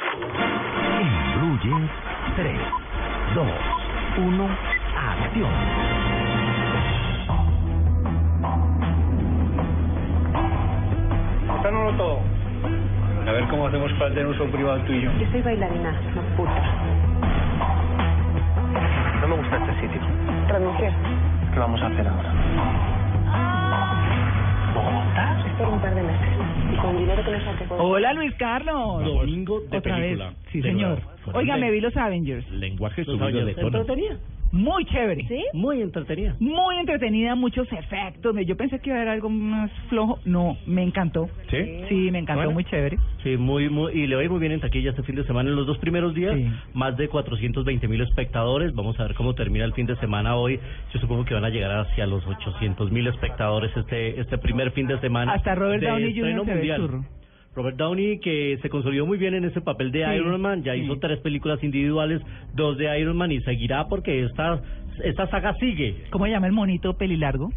En Bruges, 3, 2, 1, acción. Cuéntanoslo todo. A ver cómo hacemos para tener uso privado tuyo. Yo soy bailarina, no puta. No me gusta este sitio. Renuncié. ¿Qué vamos a hacer ahora? ¿Bogotá? Ah, Es por un par de meses. Y con dinero que pues. me saqué Oh, por... Hola Luis Carlos. Domingo de Otra película. vez. Sí, De señor. nuevo. Fue Oiga, horrible. me vi los Avengers. Lenguaje subido de tono. Muy chévere. Muy entretenida. Muy entretenida, muchos efectos. Yo pensé que iba a haber algo más flojo. No, me encantó. ¿Sí? Sí, me encantó, Bueno. muy chévere. Sí, muy, muy, y le va a ir muy bien en taquilla este fin de semana. En los dos primeros días, Sí. más de 420 mil espectadores. Vamos a ver cómo termina el fin de semana hoy. Yo supongo que van a llegar hacia los 800 mil espectadores este, este primer fin de semana. Hasta Robert de Downey estreno Jr. se ve mundial. churro. Robert Downey, que se consolidó muy bien en ese papel de Sí, Iron Man, ya sí. hizo tres películas individuales, dos de Iron Man y seguirá porque esta, esta saga sigue. ¿Cómo se llama el monito pelilargo?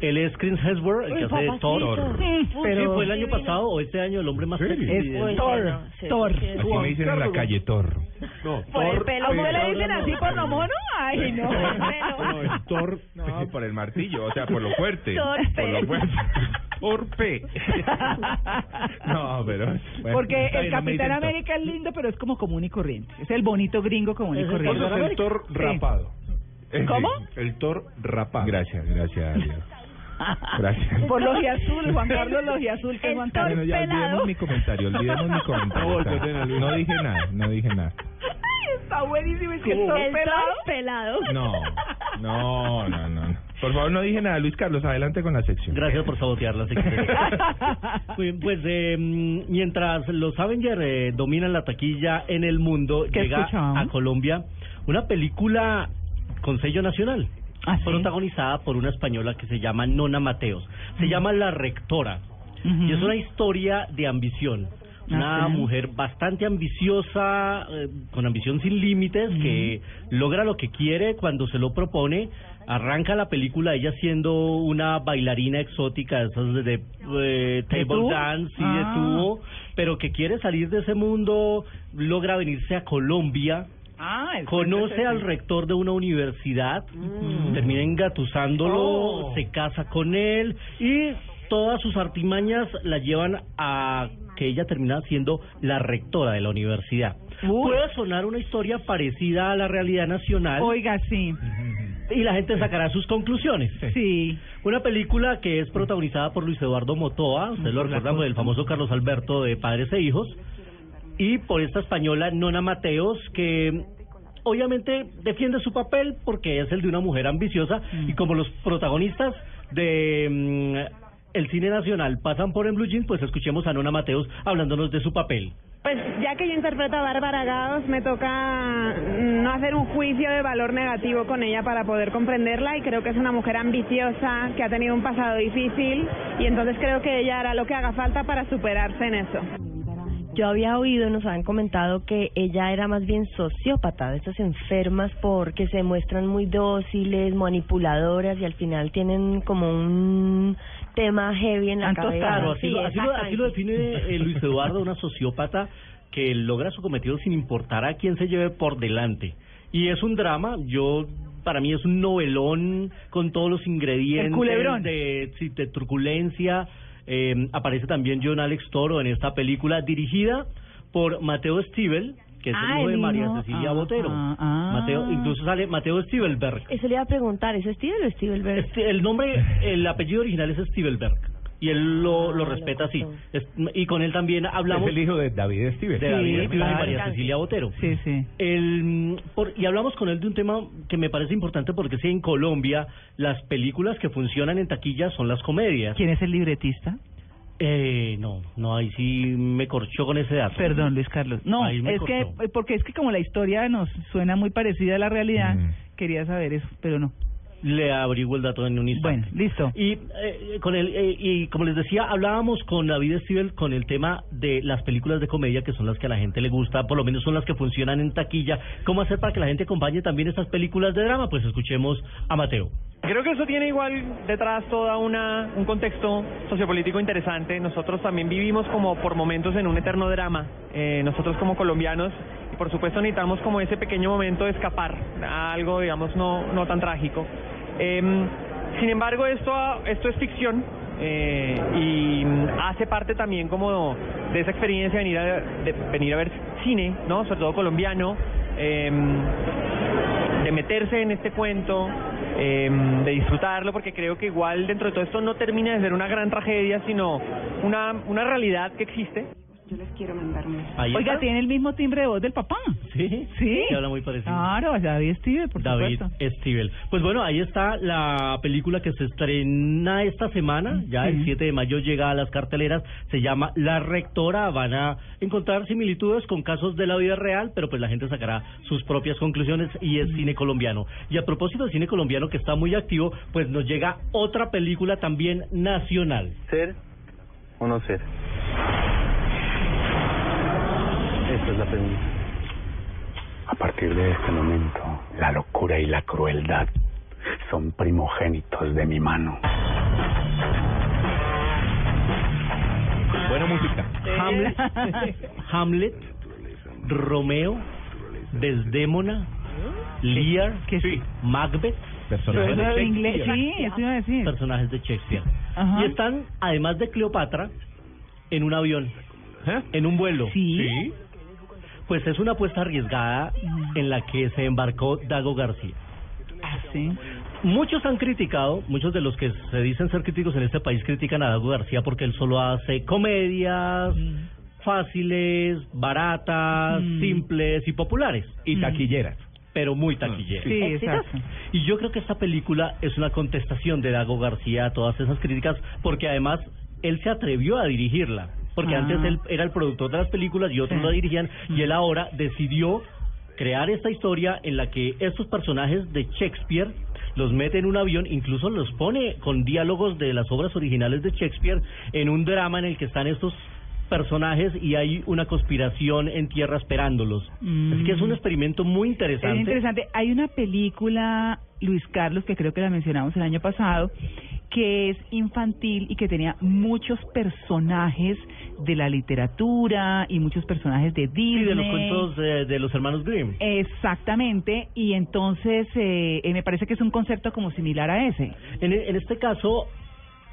Él es Chris Hemsworth, el que hace de Thor. Mm, Sí, Pero fue el año pasado o este año el hombre más sexy. es Thor. Thor. Así me dicen en la calle Thor. No, Por el pelo. ¿A usted le pero- dicen así por lo mono? Ay, no. No, es Thor. No, por el martillo, o sea, por lo fuerte. Torpe. Por lo fuerte. Torpe. No, pero. bueno, Porque está el bien, no me dicen Capitán Thor. América es lindo, pero es como común y corriente. Es el bonito gringo común y Es el corriente. Capitán Eso es el Thor Sí. rapado. Eh, ¿Cómo? El Thor rapado. Gracias, gracias, Dios. Gracias. Por Logiazul, Juan Carlos Logiazul, que es Juan Bueno, Carlos. ya olvidemos mi comentario, olvidemos mi comentario. o sea, no dije nada, no dije nada. Ay, Está buenísimo, es que es Thor El pelado. Thor pelado. No, no, no, no. no. Por favor, no dije nada, Luis Carlos, adelante con la sección. Gracias por sabotear la sección. Muy bien, pues eh, mm, mientras los Avengers eh, dominan la taquilla en el mundo, ¿Qué llega escuchábamos? a Colombia una película con sello nacional. ¿Ah, sí? Protagonizada por una española que se llama Nona Mateos. Se llama La Rectora. Ujú. Y es una historia de ambición. Una Ah, sí. mujer bastante ambiciosa, eh, con ambición sin límites, que logra lo que quiere cuando se lo propone. Arranca la película ella siendo una bailarina exótica, esas de, de, eh, ¿De table tubo? dance y Ah. de tubo, pero que quiere salir de ese mundo, logra venirse a Colombia, Ah, es- conoce al rector de una universidad, termina engatusándolo, Mm. Oh. se casa con él y todas sus artimañas la llevan a que ella termina siendo la rectora de la universidad. Uy. Puede sonar una historia parecida a la realidad nacional Oiga, sí. y la gente sacará sus conclusiones. Sí. Una película que es protagonizada por Luis Eduardo Motoa, ustedes lo recuerdan por el famoso Carlos Alberto de Padres e Hijos, y por esta española Nona Mateos, que obviamente defiende su papel porque es el de una mujer ambiciosa, y como los protagonistas de mm, el cine nacional pasan por en Blue Jeans, pues escuchemos a Nona Mateos hablándonos de su papel. Pues ya que yo interpreto a Bárbara Gados, me toca mm, no hacer un juicio de valor negativo con ella para poder comprenderla y creo que es una mujer ambiciosa, que ha tenido un pasado difícil y entonces creo que ella hará lo que haga falta para superarse en eso. Yo había oído, nos habían comentado que ella era más bien sociópata, de esas enfermas porque se muestran muy dóciles, manipuladoras y al final tienen como un tema heavy en la Han cabeza. tostado, Así, lo, así lo- así lo define eh, Luis Eduardo, una sociópata que logra su cometido sin importar a quién se lleve por delante. Y es un drama, yo para mí es un novelón con todos los ingredientes El culebrón. de, sí, de truculencia. Eh, aparece también John Alex Toro en esta película dirigida por Mateo Stivel, que es Ah, el hijo de el María hijo. Cecilia Ah, Botero. ah, ah. Mateo, incluso sale Mateo Stivelberg. Eso le iba a preguntar, ¿es Steven o Steven Berg? Este, el nombre, el apellido original es Stivelberg. Y él Ah, lo, lo respeta así. Es- y con él también hablamos Es el hijo de David Steven. de David Esteban y claro. María Cecilia Botero. Sí, sí. El, mm, por- y hablamos con él de un tema que me parece importante porque sí, en Colombia las películas que funcionan en taquilla son las comedias. ¿Quién es el libretista? Eh, no, no, ahí sí me corchó con ese dato. Perdón, Luis Carlos. No, Ahí me es que, cortó. porque es que como la historia nos suena muy parecida a la realidad, Mm. quería saber eso, pero no. Le abrigo el dato en un instante. Bueno, listo. Y, eh, con el, eh, y como les decía, hablábamos con David Stivel con el tema de las películas de comedia, que son las que a la gente le gusta, por lo menos son las que funcionan en taquilla. ¿Cómo hacer para que la gente acompañe también estas películas de drama? Pues escuchemos a Mateo. Creo que eso tiene igual detrás toda una un contexto sociopolítico interesante. Nosotros también vivimos como por momentos en un eterno drama. eh, nosotros como colombianos y por supuesto necesitamos como ese pequeño momento de escapar a algo, digamos, no no tan trágico. Em, sin embargo, esto esto es ficción eh, y hace parte también como de esa experiencia de venir a de venir a ver cine, no, sobre todo colombiano. em, de meterse en este cuento, eh, de disfrutarlo, porque creo que igual dentro de todo esto no termina de ser una gran tragedia, sino una, una realidad que existe. Yo les quiero mandar un mensaje. Ahí Oiga, está. tiene el mismo timbre de voz del papá. Sí, Sí. Ah, que habla muy parecido. Claro, David Steve, por David supuesto. Stivel. Pues bueno, ahí está la película que se estrena esta semana, ya el Sí. 7 de mayo llega a las carteleras, se llama La Rectora, van a encontrar similitudes con casos de la vida real, pero pues la gente sacará sus propias conclusiones y es cine colombiano. Y a propósito del cine colombiano que está muy activo, pues nos llega otra película también nacional. ¿Ser o no ser? Esa es la pregunta. A partir de este momento, la locura y la crueldad son primogénitos de mi mano. Buena música. Hamlet, Hamlet, Romeo, Desdémona, ¿Eh? Lear, Macbeth, Personajes de Pero en Shakespeare. inglés, sí, eso iba a decir. personajes de Shakespeare. Ajá. Y están, además de Cleopatra, en un avión, en un vuelo. Sí. Pues es una apuesta arriesgada Mm. en la que se embarcó Dago García. Ah, sí. Muchos han criticado, muchos de los que se dicen ser críticos en este país critican a Dago García porque él solo hace comedias Mm. fáciles, baratas, Mm. simples y populares. Y taquilleras. Pero muy taquilleras. Mm. Sí, exacto. Y yo creo que esta película es una contestación de Dago García a todas esas críticas, porque además él se atrevió a dirigirla. Porque Ah. antes él era el productor de las películas y otros Sí. la dirigían, y él ahora decidió crear esta historia en la que estos personajes de Shakespeare los mete en un avión, incluso los pone con diálogos de las obras originales de Shakespeare en un drama en el que están estos personajes y hay una conspiración en tierra esperándolos. Mm. Así que es un experimento muy Es interesante. Hay una película, Luis Carlos, que creo que la mencionamos el año pasado, que es infantil y que tenía muchos personajes de la literatura y muchos personajes de Disney. Sí, de los cuentos eh, de los hermanos Grimm. Exactamente, y entonces eh, eh, me parece que es un concepto como similar a ese. En, en este caso,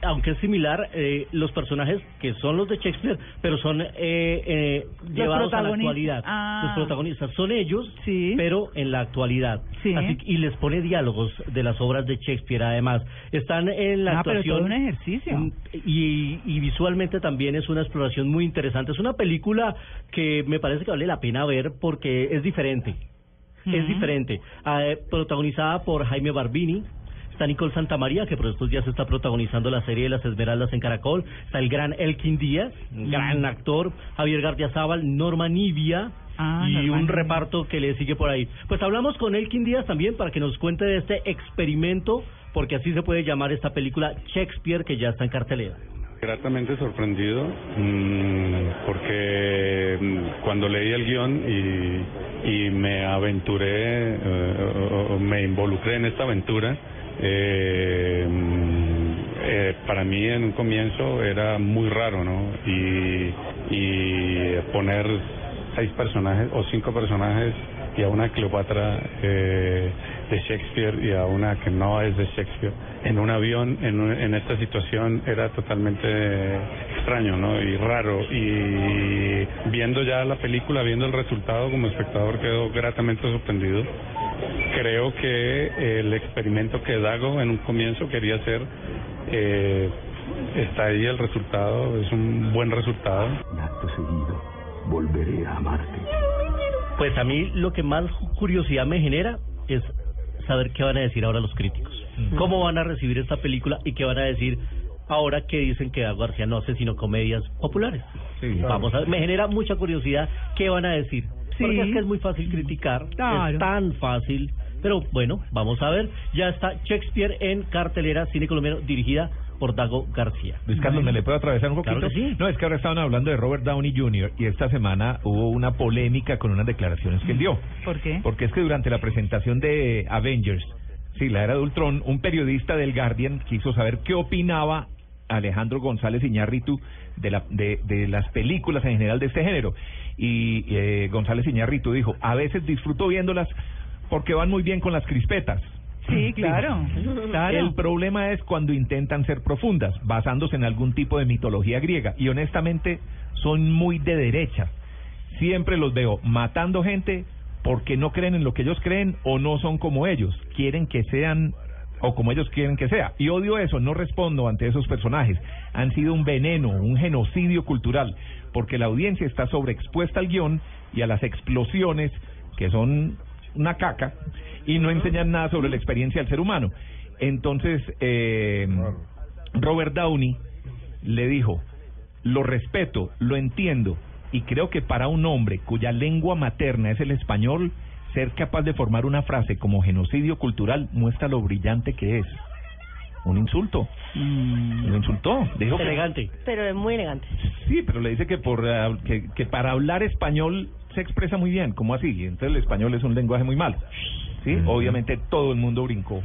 aunque es similar, eh, los personajes que son los de Shakespeare, pero son eh, eh, llevados a la protagonistas. actualidad. Ah. Los protagonistas son ellos, Sí. pero en la actualidad. Sí. Así que- y les pone diálogos de las obras de Shakespeare, además. Están en la ah, pero todo actuación. un ejercicio. Mm, Y, y visualmente también es una exploración muy interesante. Es una película que me parece que vale la pena ver porque es diferente. Es Ujú. diferente. Ah, eh, protagonizada por Jaime Barbini. Está Nicole Santamaría, que por estos días está protagonizando la serie de Las Esmeraldas en Caracol. Está el gran Elkin Díaz, un Mm. gran actor. Javier Gardiazabal, Norma Nivia. Ah, y Norma un Nivia. reparto que le sigue por ahí. Pues hablamos con Elkin Díaz también para que nos cuente de este experimento, porque así se puede llamar esta película Shakespeare, que ya está en cartelera. Gratamente sorprendido mm, porque mm, cuando leí el guión y, y me aventuré, eh, o- o- o me involucré en esta aventura, eh, mm, eh, para mí en un comienzo era muy raro, ¿no? Y, y poner seis personajes o cinco personajes y a una Cleopatra eh, de Shakespeare y a una que no es de Shakespeare en un avión en, un- en esta situación era totalmente extraño ¿no? y raro y viendo ya la película viendo el resultado como espectador quedo gratamente sorprendido creo que el experimento que Dago en un comienzo quería hacer eh, está ahí el resultado es un buen resultado Acto seguido, volveré a amarte. Pues a mí lo que más curiosidad me genera es Mm. saber qué van a decir ahora los críticos. ¿Cómo van a recibir esta película y qué van a decir ahora que dicen que Edgar García no hace sino comedias populares. Sí, claro. Vamos a ver, me genera mucha curiosidad qué van a decir. Porque es que es muy fácil criticar, Claro. es tan fácil. Pero bueno, vamos a ver. Ya está Shakespeare en cartelera Cine Colombiano dirigida por Dago García. Luis Carlos, ¿me le puedo atravesar un poquito? Claro que sí. No, es que ahora estaban hablando de Robert Downey Jr. y esta semana hubo una polémica con unas declaraciones que él dio. ¿Por qué? Porque es que durante la presentación de Avengers, sí, la era de Ultron, un periodista del Guardian quiso saber qué opinaba Alejandro González Iñárritu de, la- de- de las películas en general de este género. Y eh, González Iñárritu dijo, a veces disfruto viéndolas porque van muy bien con las crispetas. Sí, claro. claro. El problema es cuando intentan ser profundas, basándose en algún tipo de mitología griega. Y honestamente, son muy de derecha. Siempre los veo matando gente porque no creen en lo que ellos creen o no son como ellos. Quieren que sean o como ellos quieren que sea. Y odio eso, no respondo ante esos personajes. Han sido un veneno, un genocidio cultural, porque la audiencia está sobreexpuesta al guión y a las explosiones, que son una caca, y no enseñan nada sobre la experiencia del ser humano. Entonces, eh, Robert Downey le dijo, lo respeto, lo entiendo, y creo que para un hombre cuya lengua materna es el español, ser capaz de formar una frase como genocidio cultural muestra lo brillante que es. Un insulto. Lo insultó. Dijo que- Elegante. Pero es muy elegante. Sí, pero le dice que, por, eh, que, que para hablar español se expresa muy bien. ¿Cómo así? Entonces el español es un lenguaje muy malo. ¿Sí? Obviamente todo el mundo brincó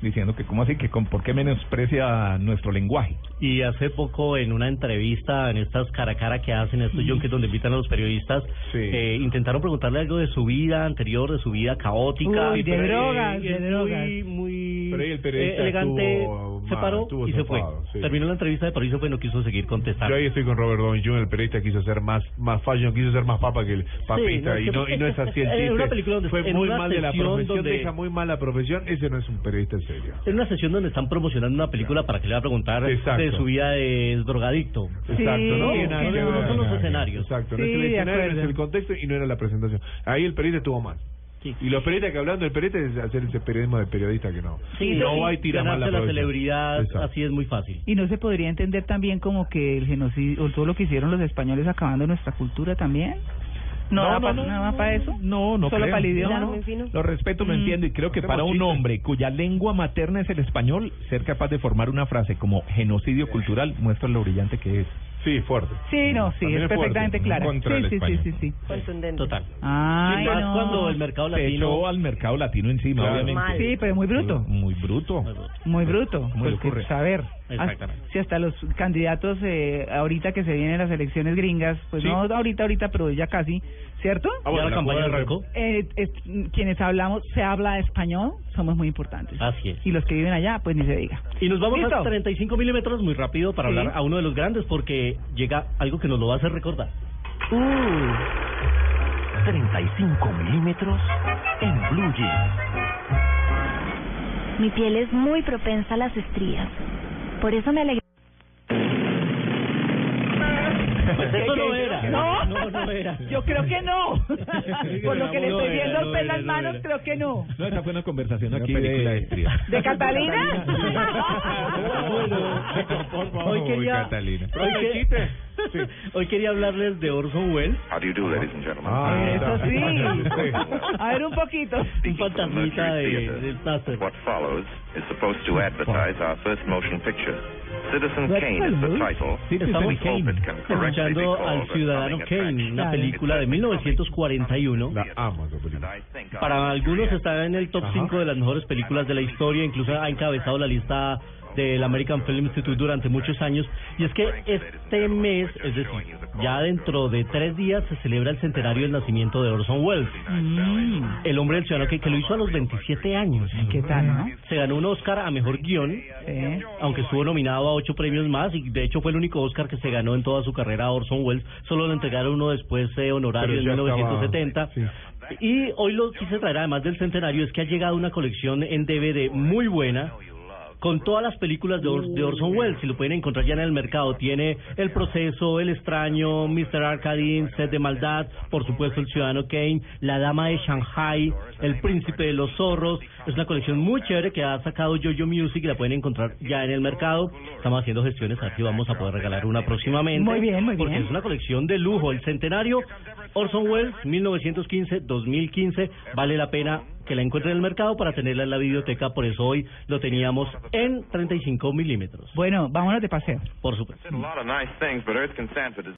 diciendo que cómo así, que con, por qué menosprecia nuestro lenguaje. Y hace poco en una entrevista, en estas cara a cara que hacen estos yonkes donde invitan a los periodistas, eh, intentaron preguntarle algo de su vida anterior, de su vida caótica. Uy, de Eh, drogas, y de es drogas. Muy, muy Pero ahí el eh, periodista elegante, estuvo, se ah, paró estuvo y se fue. zafado, sí. Terminó la entrevista de París, se fue y no quiso seguir contestando. Yo ahí estoy con Robert Downey Jr., el periodista quiso ser más más fashion, quiso ser más papa que el papista, no, es y, que- no, y no es así el en chiste. una película donde- Fue en muy una mal de la sección profesión, donde- deja muy mal la profesión, ese no es un periodista en serio. En una sesión donde están promocionando una película para que le va a preguntar Exacto. de su vida de drogadicto. Exacto, no tiene nada no, que no, ver. no son los escenarios. Exacto, no Sí, es el de escenario, no acuerdo. es el contexto y no era la presentación. Ahí el periodista estuvo mal. Y los periodistas que hablando del periodista es hacer ese periodismo de periodista que no. Sí, no sí, va y tira mal la, ganarse la profesión. celebridad, Exacto. así es muy fácil. Y no se podría entender también como que el genocidio, o todo lo que hicieron los españoles acabando nuestra cultura también. No, da pa- nada más para eso. No, no Solo creo. para el idioma. No, no. Lo respeto, lo entiendo y creo que para un hombre cuya lengua materna es el español, ser capaz de formar una frase como genocidio cultural muestra lo brillante que es. Sí, fuerte. Sí, no, sí, También es es fuerte, perfectamente ¿no? claro. Contra Sí, sí, el sí, español. sí, sí. Contundente. Total. Ay, Y más no. cuando el mercado latino- Pesó al mercado latino encima, Claro. obviamente. Mal. Sí, pero muy bruto. Muy Ah, bruto. Muy bruto. ¿Cómo le pues, que ocurre? saber. Exactamente. Si hasta los candidatos eh, ahorita que se vienen las elecciones gringas, pues Sí. no ahorita, ahorita, pero ya casi, ¿cierto? Ah, bueno, Ya la la campaña jugada arrancó. Eh, es- quienes hablamos, se habla español, somos muy importantes. Así es. Y los que viven allá, pues ni se diga. Y nos vamos ¿Listo? a 35 milímetros muy rápido para Sí. hablar a uno de los grandes porque llega algo que nos lo va a hacer recordar. Uh. 35 milímetros en Blue Mi piel es muy propensa a las estrías. Por eso me alegré. Pues eso ¿Qué, no qué? era. No. no, no era. Yo creo que no. Por lo que le estoy No era, viendo al no pelo era, en no manos, era. creo que no. No, esa fue una conversación aquí de... ¿De Catalina? Hoy quería, hoy, que- hoy quería hablarles de Orson Welles. How do you do, ladies and gentlemen? Ah. Eso sí. A ver un poquito. Un fantasmita de, del placer. What follows is supposed to advertise our first motion picture. Citizen That's Kane is the hello. title. Estamos We hope it can correctly be escuchando al called a Ciudadano coming Kane, attraction. una película de 1941. Para algunos está en el top 5 de las mejores películas de la historia, incluso ha encabezado la lista del American Film Institute durante muchos años. Y es que este mes, es decir, ya dentro de tres días se celebra el centenario del nacimiento de Orson Welles. Mm. El hombre del ciudadano Kane, que lo hizo a los 27 años. ¿Qué tal, no? Se ganó un Oscar a mejor guión, aunque estuvo nominado a ocho premios más, y de hecho fue el único Oscar que se ganó en toda su carrera a Orson Welles. Solo le entregaron uno después eh, honorario Pero en ya estaba- 1970. Y hoy lo quise traer, además del centenario, es que ha llegado una colección en DVD muy buena con todas las películas de, Or- de Orson Welles. Si lo pueden encontrar ya en el mercado, tiene El Proceso, El Extraño, Mr. Arcadine, Sed de Maldad, por supuesto El Ciudadano Kane, La Dama de Shanghai, El Príncipe de los Zorros. Es una colección muy chévere que ha sacado Jojo Music y la pueden encontrar ya en el mercado. Estamos haciendo gestiones, así vamos a poder regalar una próximamente. Muy bien, muy Porque bien. es una colección de lujo. El centenario Orson Welles, 1915-2015, vale la pena que la encuentren en el mercado para tenerla en la biblioteca, por eso hoy lo teníamos en 35 milímetros. Bueno, vámonos de paseo. Por supuesto. Said a lot of nice things, but Earth can stand for disaster.